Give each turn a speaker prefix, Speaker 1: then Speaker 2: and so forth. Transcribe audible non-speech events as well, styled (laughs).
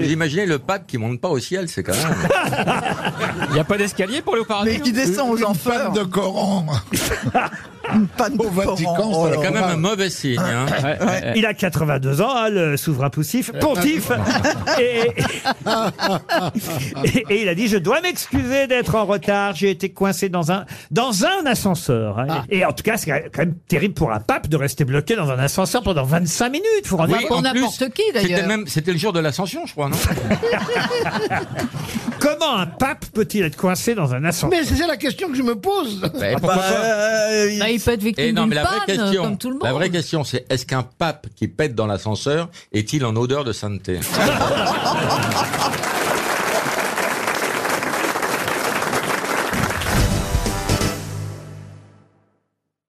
Speaker 1: Vous imaginez le pape qui monte pas au ciel, c'est quand même.
Speaker 2: Il n'y a pas d'escalier pour le paradis
Speaker 3: Mais qui descend aux enfers.
Speaker 4: Panne de Coran.
Speaker 3: Une panne de
Speaker 4: Au Vatican,
Speaker 3: Coran.
Speaker 4: ça
Speaker 3: Oh
Speaker 4: va
Speaker 3: là
Speaker 4: quand
Speaker 1: (laughs)
Speaker 3: là.
Speaker 1: Quand même un mauvais signe. hein.
Speaker 5: Il a 82 ans, hein, le souverain poussif, pontif. et, et- et il a dit, je dois m'excuser d'être en retard. J'ai été coincé dans un, dans un ascenseur. hein. Et en tout cas, c'est quand même terrible pour un pape de rester bloqué dans un ascenseur pendant 25 minutes. Vous vous rendez
Speaker 1: Oui,
Speaker 5: compte
Speaker 6: Ah pour
Speaker 1: en
Speaker 6: n'importe
Speaker 1: plus,
Speaker 6: qui, d'ailleurs.
Speaker 1: C'était même, c'était le jour de l'ascension, je crois, non
Speaker 5: Comment un pape peut-il être coincé dans un ascenseur
Speaker 4: Mais c'est la question que je me pose.
Speaker 1: (laughs) Ben, pourquoi
Speaker 3: Bah,
Speaker 1: pas
Speaker 3: euh,
Speaker 6: Bah, il peut être
Speaker 1: Et
Speaker 6: victime
Speaker 1: non, mais la
Speaker 6: d'une
Speaker 1: vraie
Speaker 6: panne, euh,
Speaker 1: question,
Speaker 6: comme tout le monde.
Speaker 1: la vraie question, c'est est-ce qu'un pape qui pète dans l'ascenseur est-il en odeur de sainteté